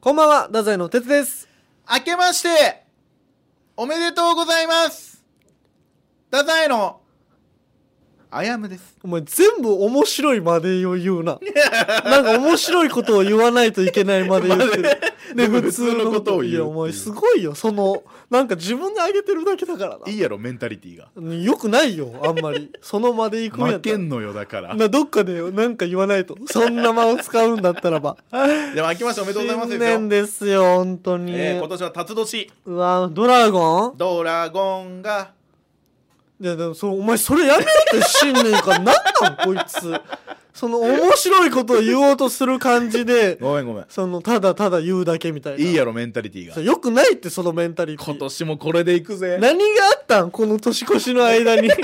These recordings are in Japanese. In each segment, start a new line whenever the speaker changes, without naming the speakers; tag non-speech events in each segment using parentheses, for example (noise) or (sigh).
こんばんは、太宰の哲です。
明けまして、おめでとうございます太宰の、あやむです。
お前全部面白いまでを言う
(laughs)
な。なんか面白いことを言わないといけないまで言ってる。
でも普通のことを言う
いや、お前すごいよ。その、なんか自分であげてるだけだから
いいやろ、メンタリティが。
な。よくないよ、あんまり。そのまで行くんや
負
った
け
ら。
んのよ、だから。
な、どっかでなんか言わないと。そんな間を使うんだったらば。
でも明けまして (laughs) おめでとうございます
新
です
年
よ。
ですよ、本当に。
えー、今年は辰年、
うわ、ドラゴン
ドラゴンが、
いやでもそうお前それやめろって新年から何なんこいつその面白いことを言おうとする感じ
(laughs)
で
ごめんごめん。
そのただただ言うだけみたいない
いやろ、メンタリティが
そ。れよくないってそのメンタリテ
今
ィ
年もこれでいくぜ。
何があったんこの年越しの間に (laughs)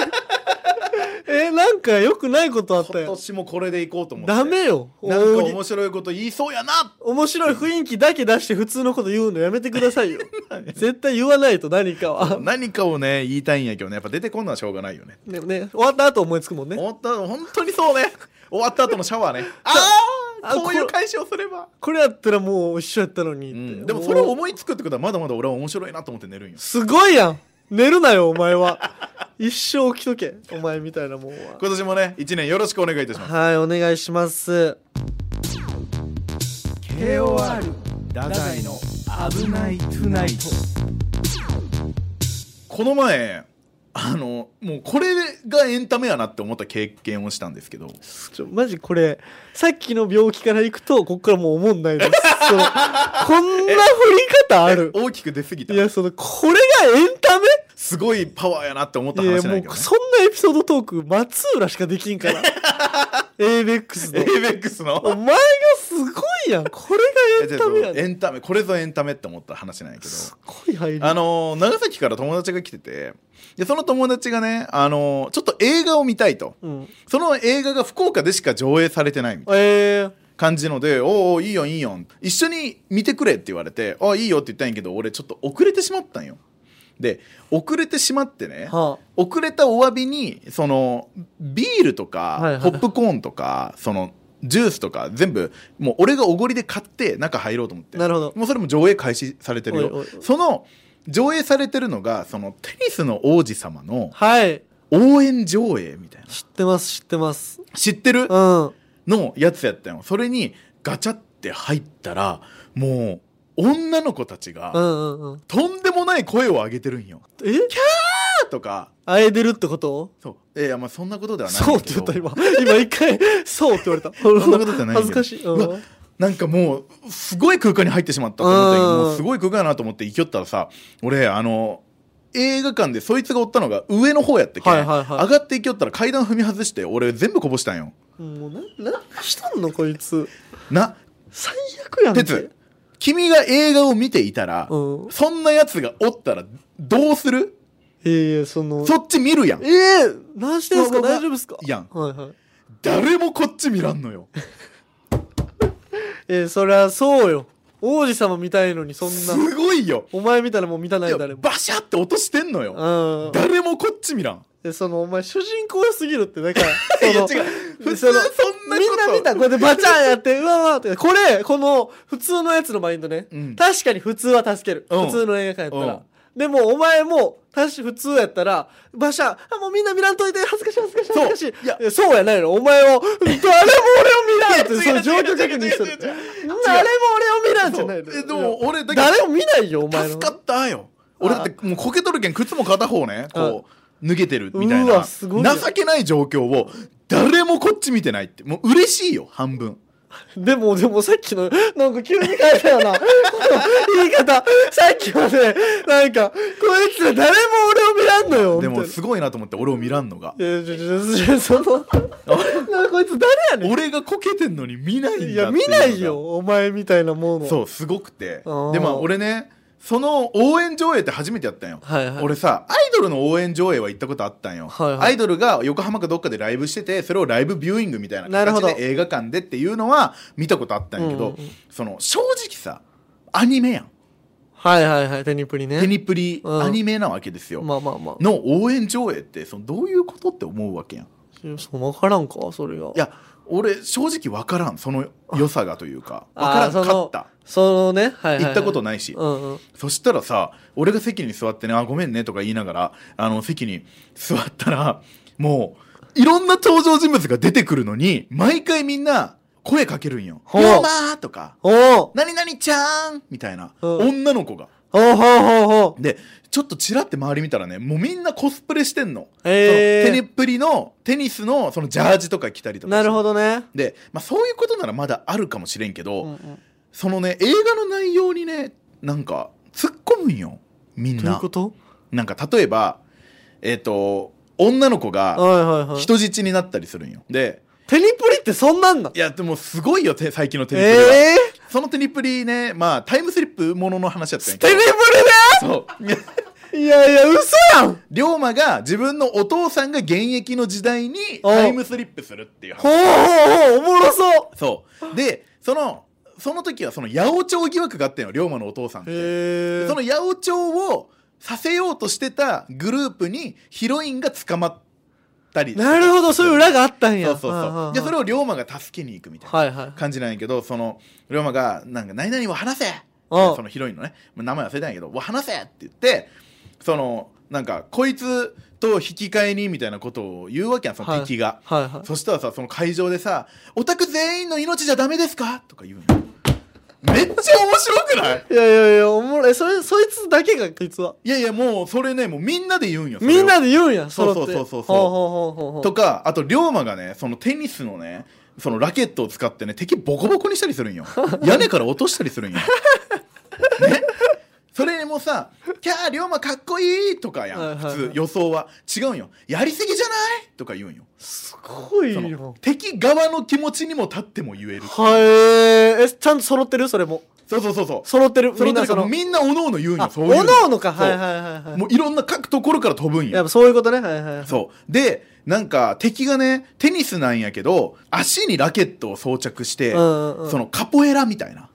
えなんかよくないことあった
今
よ
年もこれでいこうと思って。
ダメよ
なんか
大喜利
面白いこと言いそうやな
面白い雰囲気だけ出して普通のこと言うのやめてくださ
(laughs)
いよ絶対言わないと何かは
何かをね、言いたいんやけどね、やっぱ出てこんのはしょうがないよね。
でもね終わった後思いつくもんね
終わった本当にそうね終わった後のシャワーねあ
あ
あこういう返しをすれば、
これやったらもう一緒やったのにっ
う
て、
ん、でもそれを思いつくってことはまだまだ俺は面白いなと思って寝るんよ
すごいやん寝るなよお前は (laughs) 一生起きとけお前みたいなもんは
今年もね1年よろしくお願いいたします
はいお願いします
KOR 太宰の「危ないトゥナイト」この前あのもうこれがエンタメやなって思った経験をしたんですけど
ちょマジこれさっきの病気からいくとこっからもう思んないですその (laughs) こんな振り方ある
大きく出過ぎた
いやそのこれがエンタメ
すごいパワーやなって思った
いや
話なんやけ
もう
どね
そんなエピソードトーク松浦しかできん
(laughs)
から ABEX の
ABEX の
お前がすごいやんこれがエンタメや
エ
ね
ンタメこれぞエンタメって思った話なんやけど
すごい入り
あのー長崎から友達が来ててでその友達がね、あのーちょっと映画を見たいと
うん、
その映画が福岡でしか上映されてないみたいな
えー、
感じので「おうおういいよいいよ一緒に見てくれ」って言われて「あいいよ」って言ったんやけど俺ちょっと遅れてしまったんよで遅れてしまってね
は
遅れたお詫びにそのビールと
はいは
か
い
ポップコーンとかそのジュースとか全部もう俺がおごりで買って中入ろうと思って
なるほど
もうそれも上映開始されてるよ
おいおいおい
その上映されてるのがそのテニスの王子様の
はい
応援上映みたいな
知ってます知ってます
知って
う
る
ん
のやつやったよそれにガチャって入ったらもう女の子たち
う
が
んうんうん
とんでもない声を上げてるんよ
え
あーとか
会えてるってこと
そういやまあそんなことではないん
そう
だ
っ
け
て
ど
言った今今一回そうって言われた
そんなことじゃない
恥
んだよ
ずかしい、う、
うんわなんかもうすごい空間に入ってしまったと思って
うん
もうすごい空間やなと思って行きよったらさ俺あの映画館でそいつがおったのが上の方やってけ、
はいはいはい
上がって行きよったら階段踏み外して俺全部こぼしたんよ
もうななんかしたんのこいつ
な
最悪やんけ
哲君が映画を見ていたら、
うん
そんなやつがおったらどうする
いやいやその
そっち見るやん
ええ何してんすか
うわうわ
大丈夫ですか
いやん
はいはい
誰もこっち見らんのよ
えー、そりゃそうよ王子様見たいの (laughs) にそんな
すごいよ
お前みたいなもん見たないい
や
誰も
バシャって音してんのよ
うん
誰もこっち見らん
でそのお前主人公すぎるってだから
(laughs) いや違う
その
普通
そ
そん
の
なこと
みんな見たこうやってバチャンやってうわうわってこれこの普通のやつのマインドね、
うん
確かに普通は助ける、
うん
普通の映画館やったら、でもお前も確か普通やったらバシャンあもうみんな見らんといて恥ずかしい恥ずかしい恥ずかし
そ
い
ういや
いやそうやないのお前を誰も俺を見らんって
いや
そ
違
の
う
状況確
違う違う違う
認して
違
る
う
誰も
違う
俺を見らんじゃないの
そうえでも俺だけ
誰も見ないよお前の
助かったよ俺だってもうこけとるけん靴も片方ねこう脱げてるみたいうな
わすごいな
情けない状況を誰もこっち見てないってもう嬉しいよ半分
でも、でもさっきの、なんか急に変えたよな。この言い方。さっきまで、なんか、こいつ誰も俺を見らんのよ。
でも
みたい
すごいなと思って俺を見らんのが
な、いや、ちょ、ちょ、ちょ、その、なんかこいつ誰やね
俺がこけてんのに見ないんだって
ん。
い
いう
の
や、
が
見ないよ、お前みたいなもの。
そうすごくて
あー
でまあ俺ねその応援上映って初めてやったんよ、
はいはい
俺さアイドルの応援上映は行ったことあったんよ、
はいはい
アイドルが横浜かどっかでライブしててそれをライブビューイングみたいな
なるほ
形
ど
で映画館でっていうのは見たことあったんやけ
うん
ど、
うんうん
その正直さアニメやん
はいはいはい、テニプリね。
テニプリ
うん
アニメなわけですよ、
まあまあまあ。
の応援上映ってそのどういうことって思うわけやんい
そう、わからんか、それが。
や俺正直分からんその良さがというか分
あ
から
ー
ん
そ
かっ
の
た
そのね、はいはいはい
行ったことないし
うんうん
そしたらさ俺が席に座ってね「あごめんね」とか言いながらあの席に座ったらもういろんな登場人物が出てくるのに毎回みんな声かけるんよ「
ほう
ママ!」とか
ほう
「何々ちゃん!」みたいな
うん
女の子が。
ほうほうほうほう
でちょっとちらって周り見たらねもうみんなコスプレしてんの,、
へー
そのテニプリのテニスのそのジャージとか着たりとか
なるほ
ど
どね
で、まあ、そういうことならまだあるかもしれんけど、
うんうん
そのね映画の内容にねなんか突っ込むんよみんな
どういうこと
なんか例えばえっ、と女の子が
はいはいはい
人質になったりするんよで
テニプリってそんなんなん
いやでもすごいよて最近のテニプリは、
ええ
そのテニプリねまあタイムスリップものの話だったんや
テ
け
ニ
ど
プ
そういや
リでいやいや嘘やん
龍馬が自分のお父さんが現役の時代に
お
タイムスリップするっていう話
ほうほうほうおもろそう
そうでそのその時はその八百長疑惑があったの龍馬のお父さんって
へえ
その八百長をさせようとしてたグループにヒロインが捕まったり
なるほどそういう裏があったんや
そうそう
はいはい
そ
は
う
い
でそれを龍馬が助けに行くみたいな
はいはい
感じなんやけどその龍馬が「なんか何々を話せ!」
うん
そのヒロインのねもう名前忘れたんやけど「を話せ!」って言ってそのなんかこいつと引き換えにみたいなことを言うわけやんその敵が、
はいはい
そしたらさその会場でさ「オタク全員の命じゃダメですか?」とか言うんよめっちゃ面白くない
いやいやいやおもろいそれそいつだけがこいつはい
やいやもうそれねもうみんなで言うんよそれを
みんなで言うんや
そう
揃って
そうそうそうそう
ほほうほうほうほう
とかあと龍馬がねそのテニスのねそのラケットを使ってね敵ボコボコにしたりする
(laughs)
んよ屋根から落としたりするんよ、ね、それもさ「キャー龍馬かっこいい!」とかや
はい
ん
はいはい
普通予想は違うんよ「やりすぎじゃない!」とか言うんよ
すごい
そ
よ
の敵側の気持ちにも立っても言える
はいえー、ちゃんと揃ってるそれも
そうそうそうそう
揃ってる
そ
み
れ
んな
だ
そ
から
の
みんなおのおの言うん
あ
よ
お
そういう
のおのか
そう
はいはいはいはい
もういろんな各ところから飛ぶんよ
やっぱそういうことねはいはいはい
そうでなんか敵がねテニスなんやけど足にラケットを装着して、
うんうんうん
そのカポエラみたい
(laughs)
な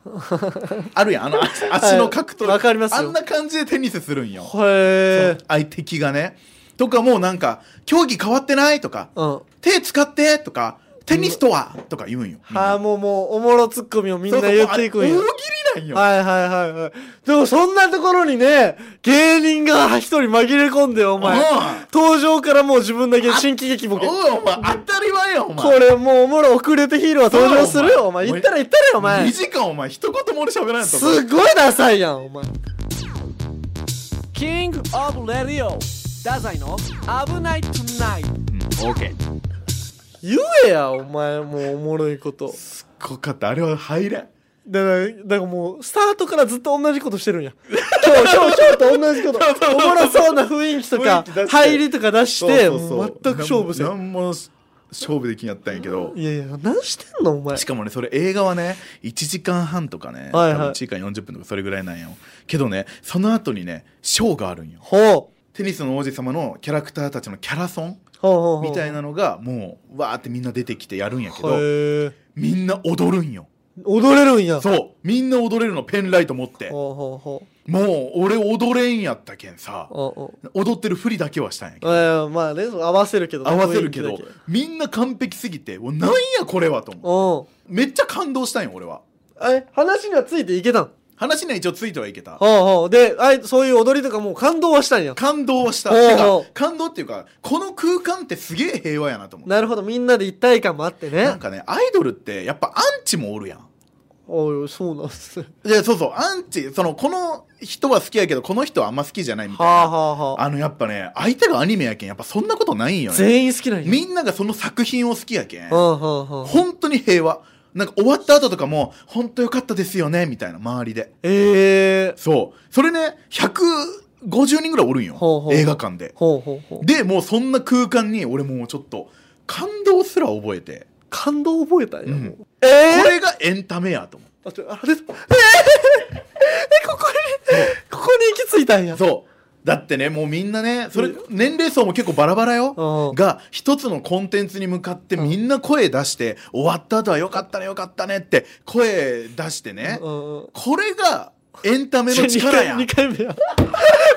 あるやんあの足足の格闘、
わかりますよ
あんな感じでテニスするんよ
へえ
相敵がねとかもうなんか競技変わってないとか
うん
手使ってとかテニスとはとか言うんよ、
はいもうもうおもろツッコミをみんな言っていくんや
そうそうあ大喜利なんよ、
はいはいはいはいでもそんなところにね芸人が一人紛れ込んでお前
うん
登場からもう自分だけ新喜劇ボケ
おいお前当たり前やお前
これもうおもろ遅れてヒーローは登場するよお前
そう
言ったら言ったらよお前
2時間お前一言も俺喋らんと
すごいダサいやんお前キングオブレディオダザイの危ないトゥナイト
オーケー
言えやお前もうおもろいこと
すっごかったあれは入れん
だからだからもうスタートからずっと同じことしてるんや今日今日今日と同じこと
そう
おもろ (laughs) そうな雰囲気とか
雰囲気出して
入りとか出してもう全く勝負せ
せん
ん
何も勝負できんやったんやけど
いやいや何してんのお前
しかもねそれ映画はね1時間半とかね、
はいはい
多分1時間40分とかそれぐらいなんよけどねその後にねショーがあるんよ
ほうほ
テニスの王子様のキャラクターたちのキャラソン
うほうほう
みたいなのがもうわーってみんな出てきてやるんやけ
へ
ど
え
みんな踊るんよ
踊れるんや
そうみんな踊れるのペンライト持って
ほうほうほう
もう俺踊れんやったけんさ
おうおう
踊ってるふりだけはしたんやけど
ええまあね合わせるけどね
合わせるけ
雰
ど
囲気だ
みんな完璧すぎておなんやこれはと思う
お
めっちゃ感動したんよ俺は
うんえ話にはついていけたん
話には一応ついてはいけた
ほうほうであいそういう踊りとかもう感動はしたんや
感動はした
ほう
て
ほう
か感動っていうかこの空間ってすげえ平和やなと思って
なるほどみんなで一体感もあって
な
ね
んかねアイドルってやっぱアンチもおるやん
おいそうなんすね
でそうそうアンチそのこの人は好きやけどこの人はあんま好きじゃないみたい
(laughs)
な、
はあはあはあ
あのやっぱね相手がアニメやけんやっぱそんなことないんよね
全員好きなんや
みんながその作品を好きやけん
うんうんうん
本当に平和なんか終わった後とかも「本当よかったですよね」みたいな周りで
ええ
そうそれね150人ぐらいおるんよ
ほうほう
映画館で
ほうほうほう
でもうそんな空間に俺もうちょっと感動すら覚えて
感動覚えたんや、
うん
もうえ
こ
え
れがエンタメやと思っ
あちょあれえええここにここに行き着いたんや
てそうだってねもうみんなねそれ年齢層も結構バラバラ
う
よ
ん
が一つのコンテンツに向かってみんな声出して終わった後はよかったねよかったねって声出してね
うんうん
これがエンタメの
二
力
(laughs) 回
や
二回目や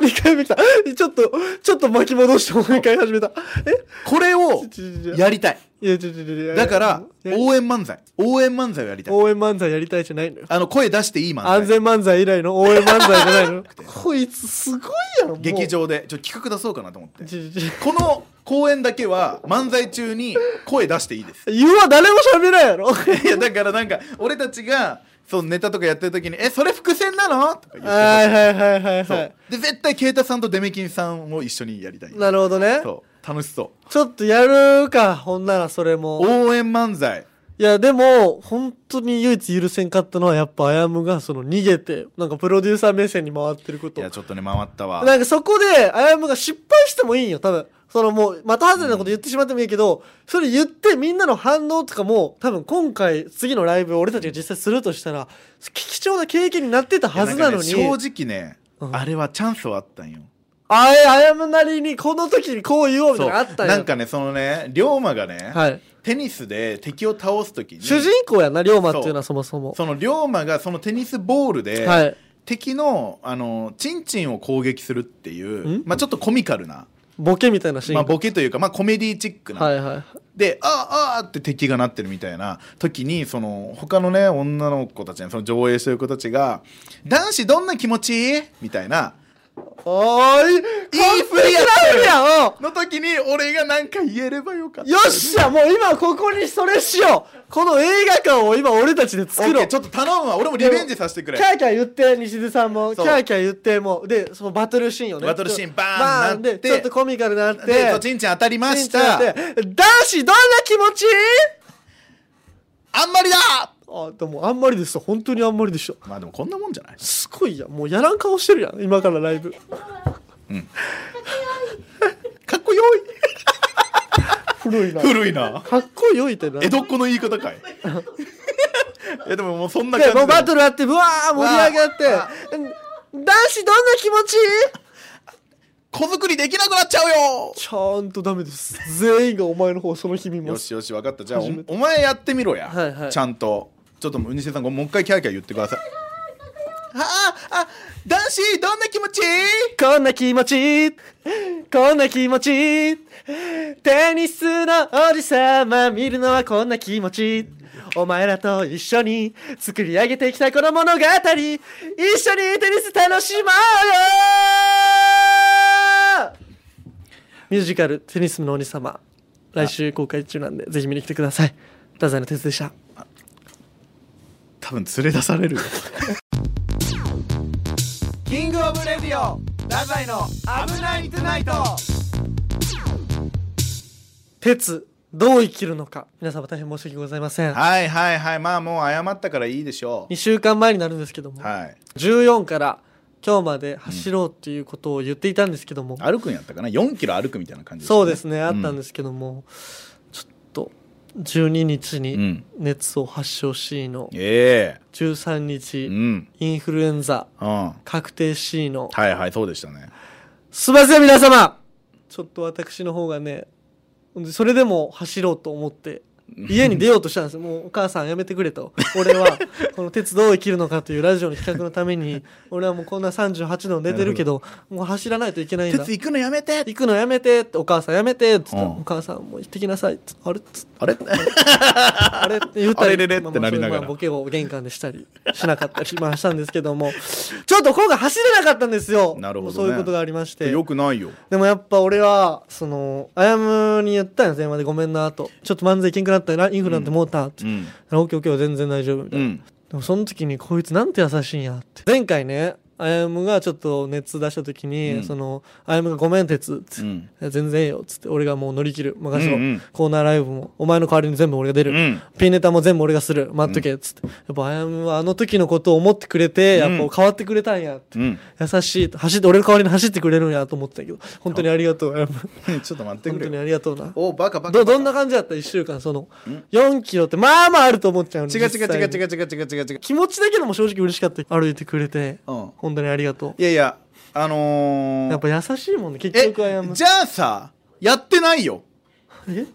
二回目来たちょっとちょっと巻き戻してもう一回始めたえ
これを
(laughs) ちょちょちょ
やりたい
いやちょちょちょちょ
だから
いや
応援漫才応援漫才をやりたい
応援漫才やりたいじゃないのよ
あの声出していい漫才
安全漫才以来の応援漫才じゃないの (laughs) こいつすごいやんもう
劇場でちょっと企画出そうかなと思って
ちょちょちょ
この公演だけは漫才中に声出していいです
言うは誰も喋らんやろ
いやだからなんか俺たちがそのネタとかやってる時に「えそれ伏線なの?」とか言って
はいはいはいはい
そ
は
う
い
で絶対啓太さんとデメキンさんを一緒にやりたい
なるほどね
そう楽しそう
ちょっとやるかほんならそれも
応援漫才
いやでも本当に唯一許せんかったのはやっぱあやむがその逃げてなんかプロデューサー目線に回ってるこ
い
と
やちょっとね回ったわ
なんかそこで、あやむが失敗してもいいんよ、多分。そのもう、また外れなこと言ってしまってもいいけど、それ言ってみんなの反応とかも、多分今回、次のライブ俺たちが実際するとしたら、貴重な経験になってたはずなのに、
いやんかね正直ね、
うん
あれはチャンスはあったんよ
あえ、あやむなりにこの時にこう言おうみたい
そう
なのあったんや。
なんかねそのね龍馬がね、
はい。
テニスで敵を倒す時に
主人公やな、龍馬っていうのはそもそも。
その龍馬がそのテニスボールで、
はい。
敵のあのチンチンを攻撃するってい
ん
う、まあ、ちょっとコミカルな、
ボケみたいなシーン。
まあ、ボケというか、まあ、コメディチックな、
はいはい。
で「あーあー」って敵がなってるみたいな時にその他のね女の子たちねその上映してる子たちが「男子どんな気持ちいい?」みたいな
おーい、いい
振りやってる
やん
の時に俺がなんか言えればよかった。
よっしゃもう今ここにそれしようこの映画館を今俺たちで
オッ
作
ケ
ろ
ー
う
ちょっと頼むわ俺もリベンジさせてくれ
キャーキャー言って西津さんもキ
そう
ャーキャー言ってもうでそのバトルシーンをね
バトルシーンバーン
バ
なっ
で
て
ちょっとコミカルになって
でそうチンチン当たりました
チンチンやって男子どんな気持ちいい
あんまりだ
あでもあんまりでした本当にあんまりでした
まあでもこんなもんじゃない
すごいやんもうやらん顔してるやん今からライブ
かっこよ
(laughs)
い
古いな
古いな
かっこよいってな
(laughs) 江戸っ子の言い方
(laughs)
かいいやでももうそんな感
で
じ
もうバ
ル
トルあってうわー盛り上がって
わ
うん男子どんな気持ちいい
子作りできなくなっちゃうよ
ちゃんとダメです。全員がお前の方その日見ま
よ
す。
しよし分かったじゃあ
初めて
おお前やってみろや、
はいはい
ちゃんとちょっともうウニセさんもう一回キャーキャー言ってくださいあああ男子どんな気持ち
こんな気持ちこんな気持ちテニスのおじさま見るのはこんな気持ちお前らと一緒に作り上げてきたこの物語一緒にテニス楽しもうよミュージカル「テニスのおじさま」来週公開中なんでぜひ見に来てください太宰の哲でした
多分連れ出されるよ
キングオブレディオダザイの危ないトゥナイト鉄どう生きるのか皆様大変申し訳ございません
はいはいはいまあもう謝ったからいいでしょ
2週間前になるんですけど
う
も、
はい
14から今日まで走ろうっていうことを言っていたんですけども、
歩くんやったかな4キロ歩くみたいな感じ
そうですねあったん
す、
ですけども、ちょっと12日
うんう
に
ん、
熱を発症しの
え
13
え
日、
うん
インフルエンザ
うんは
確定 C の
いはいそうでしたね
すいません皆様ちょっと私の方がねそれでも走ろうと思って家に出ようとしたんですよもうお母さんやめてくれと俺はこの鉄道を生きるのかというラジオの企画のために俺はもうこんな38度寝てるけどもう走らないといけないんだ
鉄行くのやめて
行くのやめてってお母さんやめてって言ったら、
うん
お母さんもう行ってきなさいってあれっつって
あれ (laughs)
あれって言ったり
あれれれってなり
まあまあそ
ながら
ういうまあボケを玄関でしたりしなかったりまあしたんですけどもちょっと今回走れなかったんですよ
なるほどね
そういうことがありまして
よくないよ
でもやっぱ俺はそのあやむに言ったんよ電話で「ごめんな」と「ちょっと漫才いけんくなったらインフルなんてもうた」って
うん
「オッケーオッケー全然大丈夫」みた
う
いな、
ん
でもその時にこいつなんて優しいんやって前回ねあやむがちょっと熱出した時に、
うん
そのあやむが「ごめん鉄」って、
うん
全然ええよ」っつって俺がもう乗り切る任せろ、
うんうん
コーナーライブもお前の代わりに全部俺が出る、
うん
ピンネタも全部俺がする待っとけっつって、やっぱあやむはあの時のことを思ってくれて、
うん
やっぱ変わってくれたんやって
うん
優しい走って俺の代わりに走ってくれるんやと思ってたけど本当にありがとうあやむ
ちょっと待って
本当
くれ
に
よ。
ありがとうな
おバカバカ
どどんな感じだった1週間その
ん
4キロってまあまああると思っちゃう
違う違う違う違
う
う違う違う違う違う。
気持ちだけでも正直嬉しかった歩いてくれて
うん。
本当にありがと
いやいや、あの
う
ー、
やっぱ優しいもんね結
え
局はやむ
じゃあさ、やってないよ。
え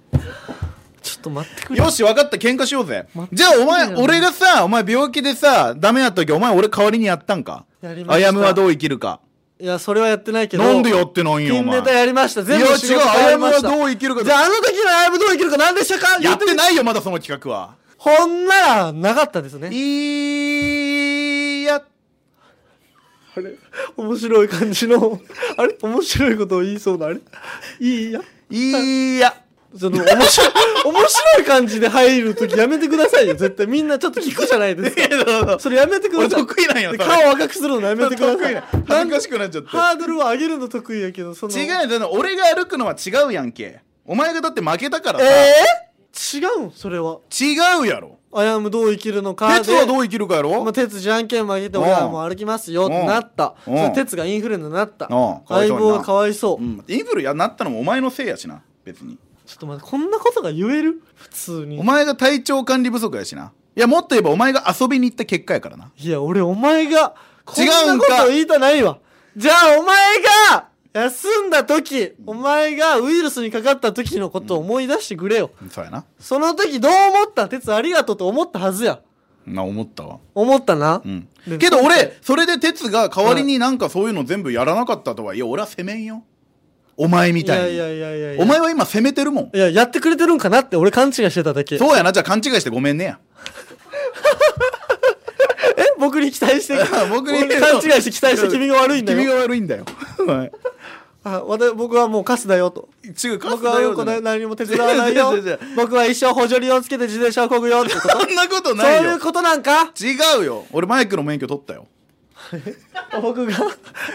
ちょっと待ってくれ
よし、分かった、喧嘩しようぜ
待っ。て
じゃあ、お前、
よ
俺がさ、お前病気でさ、ダメやった時、お前俺代わりにやったんか。
やりま
あ
した
やむはどう生きるか。
いや、それはやってないけど。
なんでやってないんよお
金
前
ネタやりました。
い
全
や違
部
う
仕事
あ
変
や
え
む
ま
は
した
どう生きるか
じゃあ、あの時のあやむどう生きるか何でしたか
やって
い
ないよまだその企画は
ほんなら、なかったですね。
いや
あれ面白い感じの、 (laughs) あれ面白いことを言いそうな、あれいいや。
いや
その、面白い、面白い感じで入るときやめてくださいよ。絶対みんなちょっと聞くじゃないですか。それやめてく
俺
ださい。
得意なんよ
で
それ
顔赤くするのやめてください。
恥ずかしくなっちゃって
ハードルを上げるの得意やけど、その。
違うよだから俺が歩くのは違うやんけお前がだって負けたからさ、
えー、違うんそれは。
違うやろ
あやむどう生きるのかで。
鉄はどう生きるかやろ、
まあ、鉄じゃんけん負けて俺はもう歩きますよってなった。そ
うん
れ鉄がインフルエンザになった。
うんかわ
相
いそうにな
棒がかわいそう
う。ん、インフルやなったのもお前のせいやしな別に
ちょっと待って、こんなことが言える普通に
お。前が体調管理不足やしないやもっと言えばお前が遊びに行った結果やからない
や、俺お前が、こん
違う
なんこ
か
と言いたないわ。じゃあお前が、休んだ時、お前がウイルスにかかった時のことを思い出してくれよ。
そうやな
その時どう思った鉄ありがとうと思ったはずや。
な思ったわ
思ったな。
うん
で
けど俺それで哲が代わりになんかそういうの全部やらなかったとはいや俺は責めんよお前み
い
たい
や
に
いやいやいやいや。
お前は今責めてるもん
いや、やってくれてるんかなって俺勘違いしてただけ。え、
そうやなじゃあ勘違いしてごめんね
(laughs)
や、
僕に期待して
僕に
(laughs) 俺勘違いして期待して君が悪いんだ
(laughs) 君
よ。
が悪いんだよはい
あ、わた僕はもうカスだよと。
違う
僕はうんこ
だ
だよ何も手伝わないよ
違う違う違う。
僕は一生補助輪をつけて自転車をこぐよってこと。
そんなこと
そう
ない
いう
よ
ことなんか
違うよ俺マイクの免許取っ
(laughs)
たよ
僕が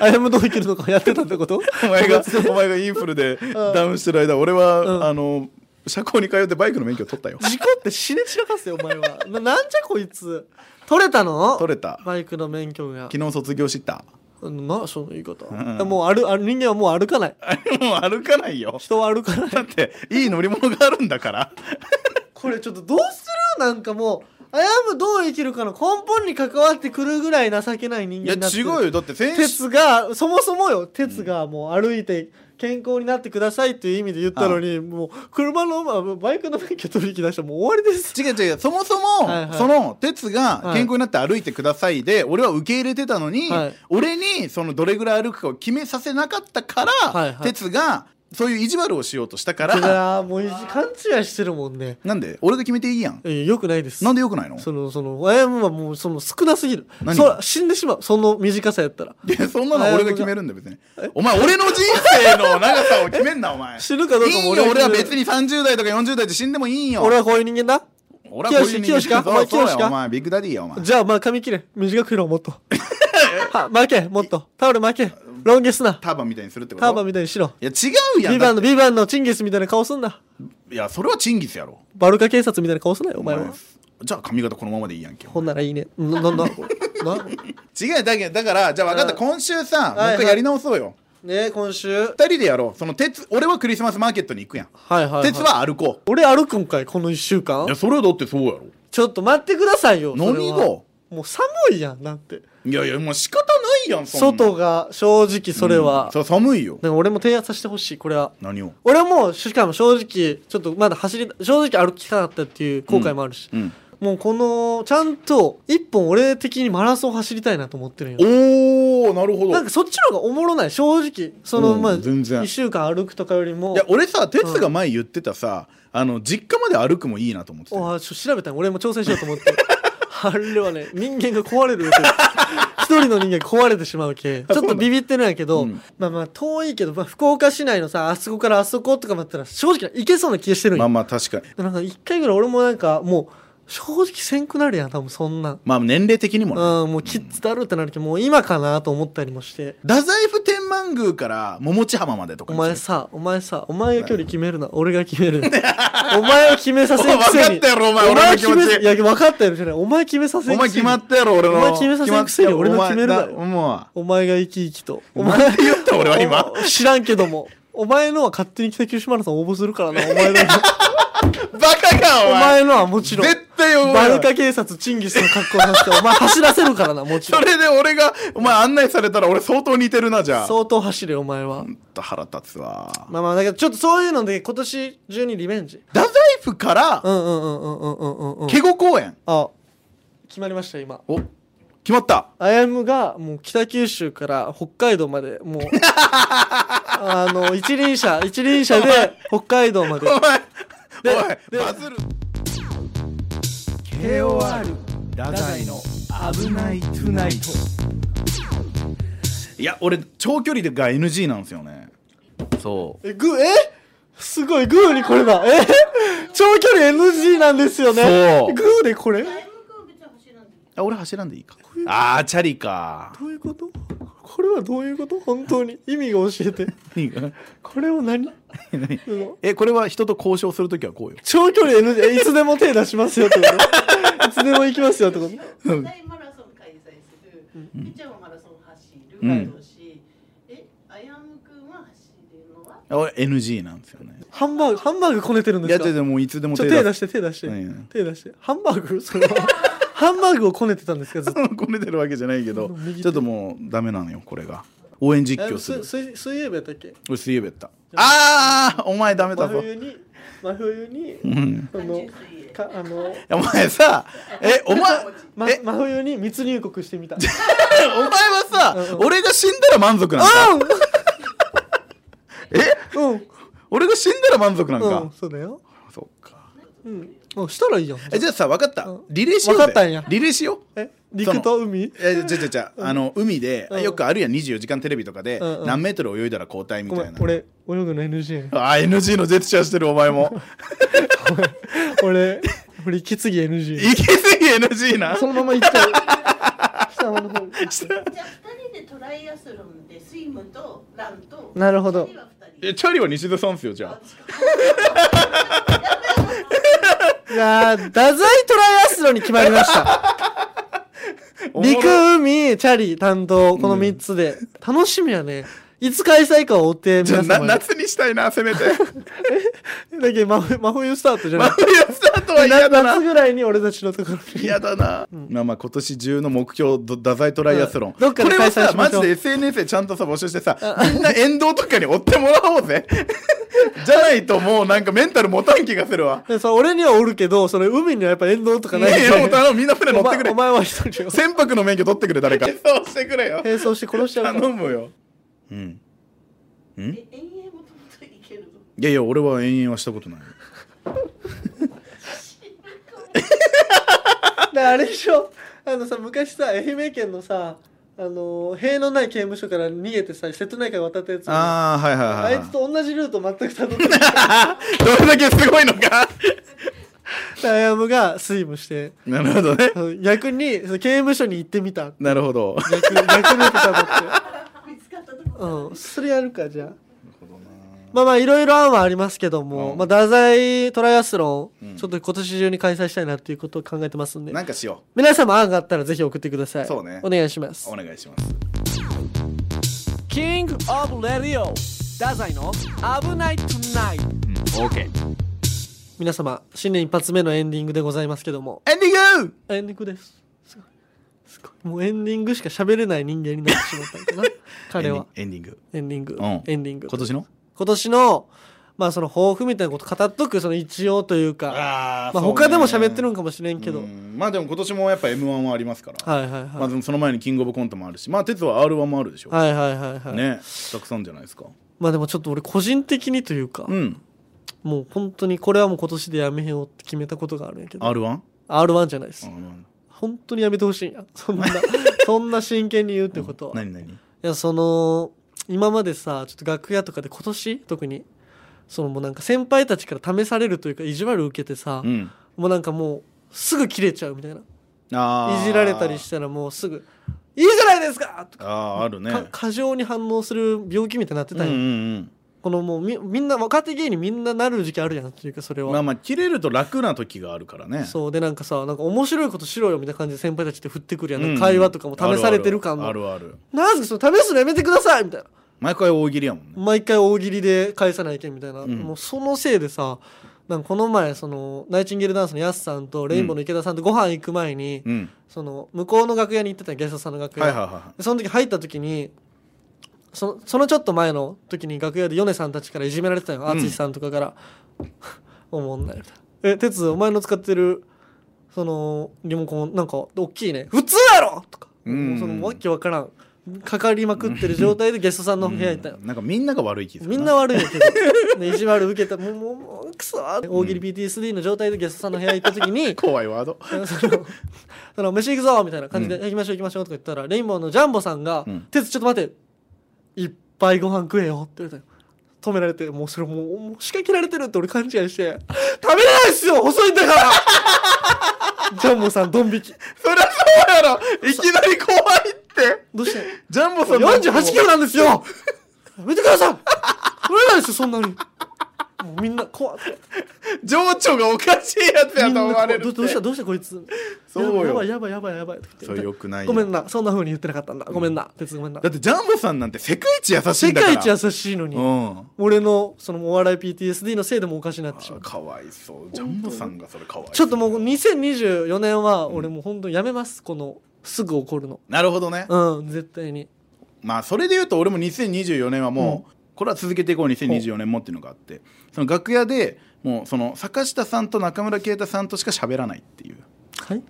あやむどう生きるのかをやってたって (laughs) こと
お前が (laughs) お前がインフル
(laughs)
でダウンしてる間俺は、あの車高に通ってバイクの免許取ったよ
事故って死ね散らかすよお前はななんじゃこいつ取れたの
取れた
バイクの免許が
昨日卒
(laughs)
業した
なその言い方、
んうん
もうあるある人間はもう歩かない
あれもう歩かないよ
人は歩かない
だっていい乗り物があるんだから
これちょっとどうするなんかもうあやむどう生きるかの根本に関わってくるぐらい情けない人
い
間
や
になって
違
る
うよだって先週
鉄がそもそもよ鉄がもう歩いて健康になってくださいっていう意味で言ったのに、もう車のあバイクの免許取りき出したらもう終わりです
違う違うそもそも、
はいはい
その哲が健康になって歩いてくださいで、俺は受け入れてたのに、
はい
俺にそのどれぐらい歩くかを決めさせなかったから、
はいはい
哲がそういう意地悪をしようとしたか
い
ら
やーもういじ勘違いしてるもんね
なんで俺が決めていいやん
えよくないです
なんでよくないの
そのそのあやむはもうその少なすぎる
何
そら死んでしまうその短さやったら
いやそんなの俺が決めるんだよ別にお前俺の人生の長さを決めんなお前
死ぬかどうかも
いいよ俺
俺
は
が決める
別に30代とか40代で死んでもいいんよ
俺はこういう人間だ
俺はこういう人間
清志か
そうそう
清志
そう
か
お前ビッグダディやお前
じゃあまあ髪切れ短く切ろうもっ (laughs) とは負けもっとタオル負けロン毛すな
ターバンみたいにするってこと
ターバンみたいにしろ
いや違うや
ビ
ん
バン
だ
のビバンのチンギスみたいな顔すんない
やそれはチンギスやろ
バルカ警察みたいな顔すなよお前は
じゃあ髪型このままでいいやんけ
ほんならいいねな (laughs) ななこれな
違うだけだからじゃあ分かった
うん
今週さもう
はい
一回やり直そうよ
ね今週はい
二人でやろうその鉄俺はクリスマスマーケットに行くやん
はい、はい、
鉄は歩こ
俺歩くんかいこの1週間
ういやそれはだってそうやろ
ちょっと待ってくださいよそれ
何
は
が
もう寒いやんなんて
いやいやもう仕方ないやんそんな
外が正直それは、
そう寒いよ
でも俺も提案させてほしいこれは
何を
俺もしかも正直ちょっとまだ走り正直歩きたかったっていう後悔もあるし、
うん
もうこのちゃんと一本俺的にマラソン走りたいなと思ってるんよ
おーなるほど
なんかそっちの方がおもろない正直その、
うん
まあ
全然
1週間歩くとかよりも
いや俺さ哲が前言ってたさ、あの実家まで歩くもいいなと思ってたよ
おあちょ調べたの俺も挑戦しようと思って (laughs) あれはね人間が壊れるよけ (laughs) 一人の人間が壊れてしまうけちょっとビビってるんやけど、
うん
まあまあ遠いけど、まあ、福岡市内のさあそこからあそことかだったら正直行けそうな気がしてるん
まあ
よ、
まあ確かに
なんか一回ぐらい俺もなんかもう正直せんくなるやん多分そんなん、
まあ年齢的にもね、
うん、もうキッズだるってなるけどもう今かなと思ったりもして
太宰府天満宮から桃地浜までとか
お
にする
前さお前さお前が距離決めるな俺が決
(laughs)
めるなお前を決めさせんくせに
分かったやろお前
は
俺の気持ち
決めいや分かったやろじゃないお前決めさせん
お
くせ
前
に
決まったやろ俺の
お前決めさせんくせに俺の決めるだろ
お前
お前が生き生きと。
お前なんて言った (laughs) 俺は今
お (laughs) 知らんけども。お前のは勝手に北九州マラソン応募するからな、お前
(laughs)
のは。
バカかお
お
前
前のはもちろん。
絶対お
バ
前
ルカ警察チンギスの格好をさせて、お前走らせるからな、もちろ
そ
ん。
れで俺がお前案内されたら俺相当似てるなじゃあちょ
相当走れよ、お前は。
っと腹立つわ
まあまあ、だけどちょっとそういうので、今年中にリベンジ。
太宰府から
うんうんうんうんうんうんうん。
毛後公園
あ、決まりました、今。
お決まった
アヤムがもう北九州から北海道までもう (laughs) あの一輪車一輪車で北海道まで
お前
で
お
で
いバズる
KOR
ダダイの危ないトゥナイトいや俺長距離でが NG なんですよねそう
えグーえすごいグーにこれだえ長距離 NG なんですよね
そう
グーでこれど
あ俺走らんでいいかあーチャリか
ういうことこれはどういうこと本当に意味が教えて
何が
これを (laughs) 何
何
その
えこれは人と交渉するときはこうよ
長距離 NG えいつでも手出しますよってこといつでも行きますよってこと
うん
大マラソン開催する、みっちゃんはマラソン走る、
うん
同士え、あやむくんは走るのは
俺 NG なんですよね
ハンバーグハンバーグこねてるん
い
で
や
す
い
か
やいやもういつでも
ちょ
手
手
出
出
す
して手出して、
うん
手出してハンバーグ (laughs) それはハンバーグをこねてたんですかずっ
(laughs)
と
こねてるわけじゃないけど
右手
ちょっともうダメなのよこれが応援実況す
す
る
水水泳部やったっけ
俺水泳部やったあーお前ダメ
真
だぞ
冬に真冬に
うん
あの
単純水泳
かあの
お前さえお前
ま、
え
真冬に密入国してみ
(laughs)
た
お前はさ
うん
俺が死んだら満足なんかえ
うんうん
俺が死んだら満足なん
う
か
んそうだよ
そっか
うんあしたらいいやん
えじゃあさ分かった
うん
リレーしようぜ
分かったんや
リレーしよう
え陸と海
えじゃじゃじゃあの海で
うん
よくあるやん24時間テレビとかで
うんうん
何メートル泳いだら交代み
ご
た
め
い
ん
な
俺泳ぐの NG やね
あ NG のジェスチャーしてるお
(laughs)
前も (laughs)
俺俺息継ぎ NG やね
息継ぎ NG な
そのまま行っちゃう下の方に
じゃあ二人でトライアスロンでスイムとランと
なるほど
二人は二人
えチャリは西田さんっすよじゃ
いやー太宰トライアスロンに決まりました
あ
陸
おもろ
海チャリ担当この3つで、楽しみやねいつ開催かを追って
じゃ
皆
あ
様
な
にだ
夏にしたいなせ
(laughs)
めて
けど真冬真冬スタートじゃない
真冬スタートは嫌
夏
だな
ぐらいに俺たちのところに
嫌だな、まあまあ今年中の目標ど太宰トライアスロン、
うんどっかで
これはさ
開催しまし
マ
ょう
ジで SNS でちゃんとさ募集してさみんな沿道とかに追ってもらお
(laughs)
うぜじゃないともうなんかメンタル持たん気がするわ
でそう俺にはおるけどそれ海にはやっぱ沿道とかない
ねえ
し
もう頼むみんな船
お
乗って
前
くれ
お前は一人を
船舶の免許取ってくれ誰かそうしてくれよ
並走して殺しちゃうから
頼むようんんい
え、遠泳もともといけるの
やいや俺は延々はしたことない
であれでしょあのさ昔さ愛媛県のさあのー塀のない刑務所から逃げてさ瀬戸内海渡ったやつあ
ああはいはいはい
いつと同じルート全くたどって
どれだけすごいのか
ダイアムがスイムして
(laughs) なるほどね
逆にその刑務所に行ってみた
なるほど (laughs)
逆逆に行ってたのって
見つかったとこ
うんそれやるかじゃあまあまあいろいろ案はありますけども、
うん
まあ太宰トライアスロン、
うん
ちょっと今年中に開催したいなっていうことを考えてますんで
なんかしよ
皆さんも案があったらぜひ送ってください
そうね
お願いします
うお願いします
キングオブレディオ太宰の危ないトゥナイト
うん OK エン
皆様新年一発目のエンディングでございますけども
ディング
エンディングですすごいすごいもうエンディングしか喋れない人間になってしまったのかな (laughs) 彼は
エンディング
エンディング、
うん
エンディング
今年の
今年のまあその抱負みたいなこと語っとくその一応というか
あ
まあ、他でも喋ってるんかもしれんけど、
まあでも今年もやっぱ m 1はありますから、
はいはいはい、
まあ、でもその前にキングオブコントもあるしまあ鉄は r 1もあるでしょ、
はいはいはいはい、
ねたくさんじゃないですか
まあでもちょっと俺個人的にというか、
うん
もう本当にこれはもう今年でやめようって決めたことがあるんやけど
r 1
r 1じゃないです、
うん
本当にやめてほしいんやそん (laughs) なそんな真剣に言うってことは、
何何
いやその今までさちょっと楽屋とかで今年特にそのもうなんか先輩たちから試されるというか意地悪受けてさ、
うん
もうなんかもうすぐ切れちゃうみたいな
あー
いじられたりしたらもうすぐ「いいじゃないですか!」とか
あーあるね
か過剰に反応する病気みたいになって
うんう
た
ん
んや、
うん
このもうみみんな若手芸人みんななる時期あるやんっていうかそれは、
まあまあ切れると楽な時があるからね
そうでなんかさなんか面白いことしろよみたいな感じで先輩たちって振ってくるやん,、
うん
会話とかも試されてる感
あ
の
るあるあるある
なんすかその試すのやめてくださいみたいな
毎回大喜利やもんね
毎回大喜利で返さないけんみたいな、
うん
もうそのせいでさなんかこの前そのナイチンゲールダンスのヤスさんとレインボーの池田さんとご飯行く前に、
うん
その向こうの楽屋に行ってたゲストさんの楽屋、
はいはいはいは
でその時入った時にそそのちょっと前の時に楽屋で米さんたちからいじめられてたよ
うん
淳、さんとかから (laughs) 「おもんない」みたいな「え鉄お前の使ってるそのリモコンなんか大きいね普通やろ!」とか
うん
もうそのわけわからんかかりまくってる状態でゲストさんの部屋にいたよ、
うんなんかみんなが悪い気する
みんな悪いんやけど、ね、意地悪受けたもうもうもうくそー大喜利 PTSD の状態でゲストさんの部屋行った時
(laughs)
に
怖いワード
そのその飯行くぞみたいな感じで、行きましょう行きましょうとか言ったらレインボーのジャンボさんが
うん
「鉄、ちょっと待っていっぱいご飯食えよ」って言われたよ止められてもうそれもうもう仕掛けられてるって俺勘違いして「食べれないっすよ細いんだから! 」
(laughs)
ジャンボさんドン引き
そりゃそうやろいきなり怖いって
どうして
ジャンボさんなんてもう
48キロなんですよやめてください食れないですよそんなにもうみんな怖って
情緒がおかしいやつや
みんな
と思われるって
どどうしたどうしたこいつ
そうよ
やばいやばいやばいやばいって
それ良くないよ
ごめんなそんな風に言ってなかったんだごめんな鉄ごめんな
だってジャンボさんなんて世界一優しい
世
んだから
界一優しいのに、
うん
俺のそのお笑い PTSD のせいでもうおかしになってしまう
かわいそうジャンボさんがそれかわいそう
ちょっともう2024年は俺もう本当やめます、このすぐ怒
(laughs)
るの
なるほどね、
うん絶対に
まあそれで言うと俺も2024年はもう、これは続けていこう2024年もっていうのがあってその楽屋でもうその坂下さんと中村啓太さんとしか喋らないっていう
はい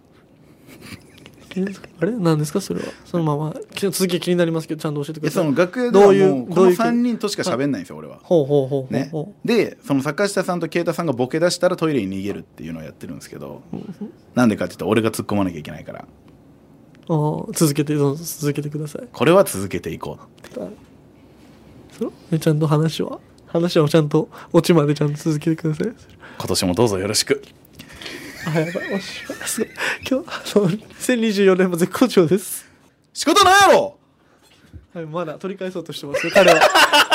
あれ何ですかそれはそのままき続き気になりますけどちゃんと教えてく
え
ださ
そ
い
の楽屋で
ど
は
ういう
もうこ
どう
の
いう
3人としか喋んないんですよ俺は。
ほうほうほうほう
ね
ほう、、
でその坂下さんと啓太さんがボケ出したらトイレに逃げるっていうのをやってるんですけどなんでかって言ったら俺が突っ込まなきゃいけないから
ああ続けてどうぞ続けてください
これは続けていこう
そうえちゃんと話は話はちゃんとオチまでちゃんと続けてください
今年もどうぞよろしく
あやばいおしますごい今日あの2024年も絶好調です
仕事ないやろ
はい、まだ取り返そうとしてますよ、彼は。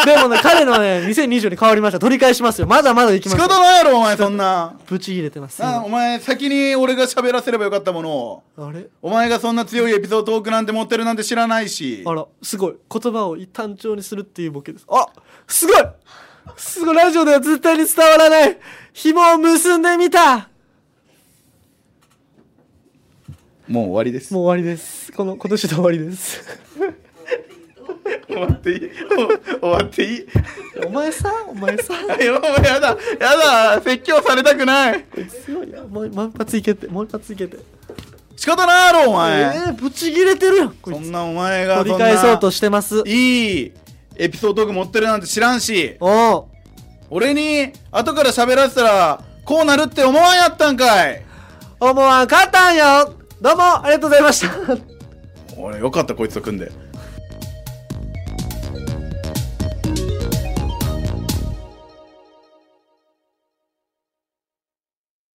でもね、彼のね、2020に変わりました。取り返しますよ。まだまだいき
仕
ます
事
よ。
ないやろお前そんな
ぶち入れてます。
あ
今
お前先に俺が喋らせればよかったものを
あれ
お前がそんな強いエピソードトークなんて持ってるなんて知らないし
あら、すごい。言葉を単調にするっていうボケです。あすごいすごいラジオでは絶対に伝わらない紐を結んでみた
もう終わりです
もう終わりです。この、今年で終わりです。
終わっていい終わっていい
お前さ、お前さ、
やばいやだやだ説教されたくない
強いな。もう満発いけて、満発いけて。
仕方ないやろお
え
前、
ー、ぶち切れてるやん、こい
そ
つ
んなお前が
取り返そうとしてます
そん。ないいエピソードトーク持ってるなんて知らんし
おう
俺に後から喋らせたらこうなるって思わんやったんかい
思わんかったんよどうもありがとうございました
俺よかったこいつと組んで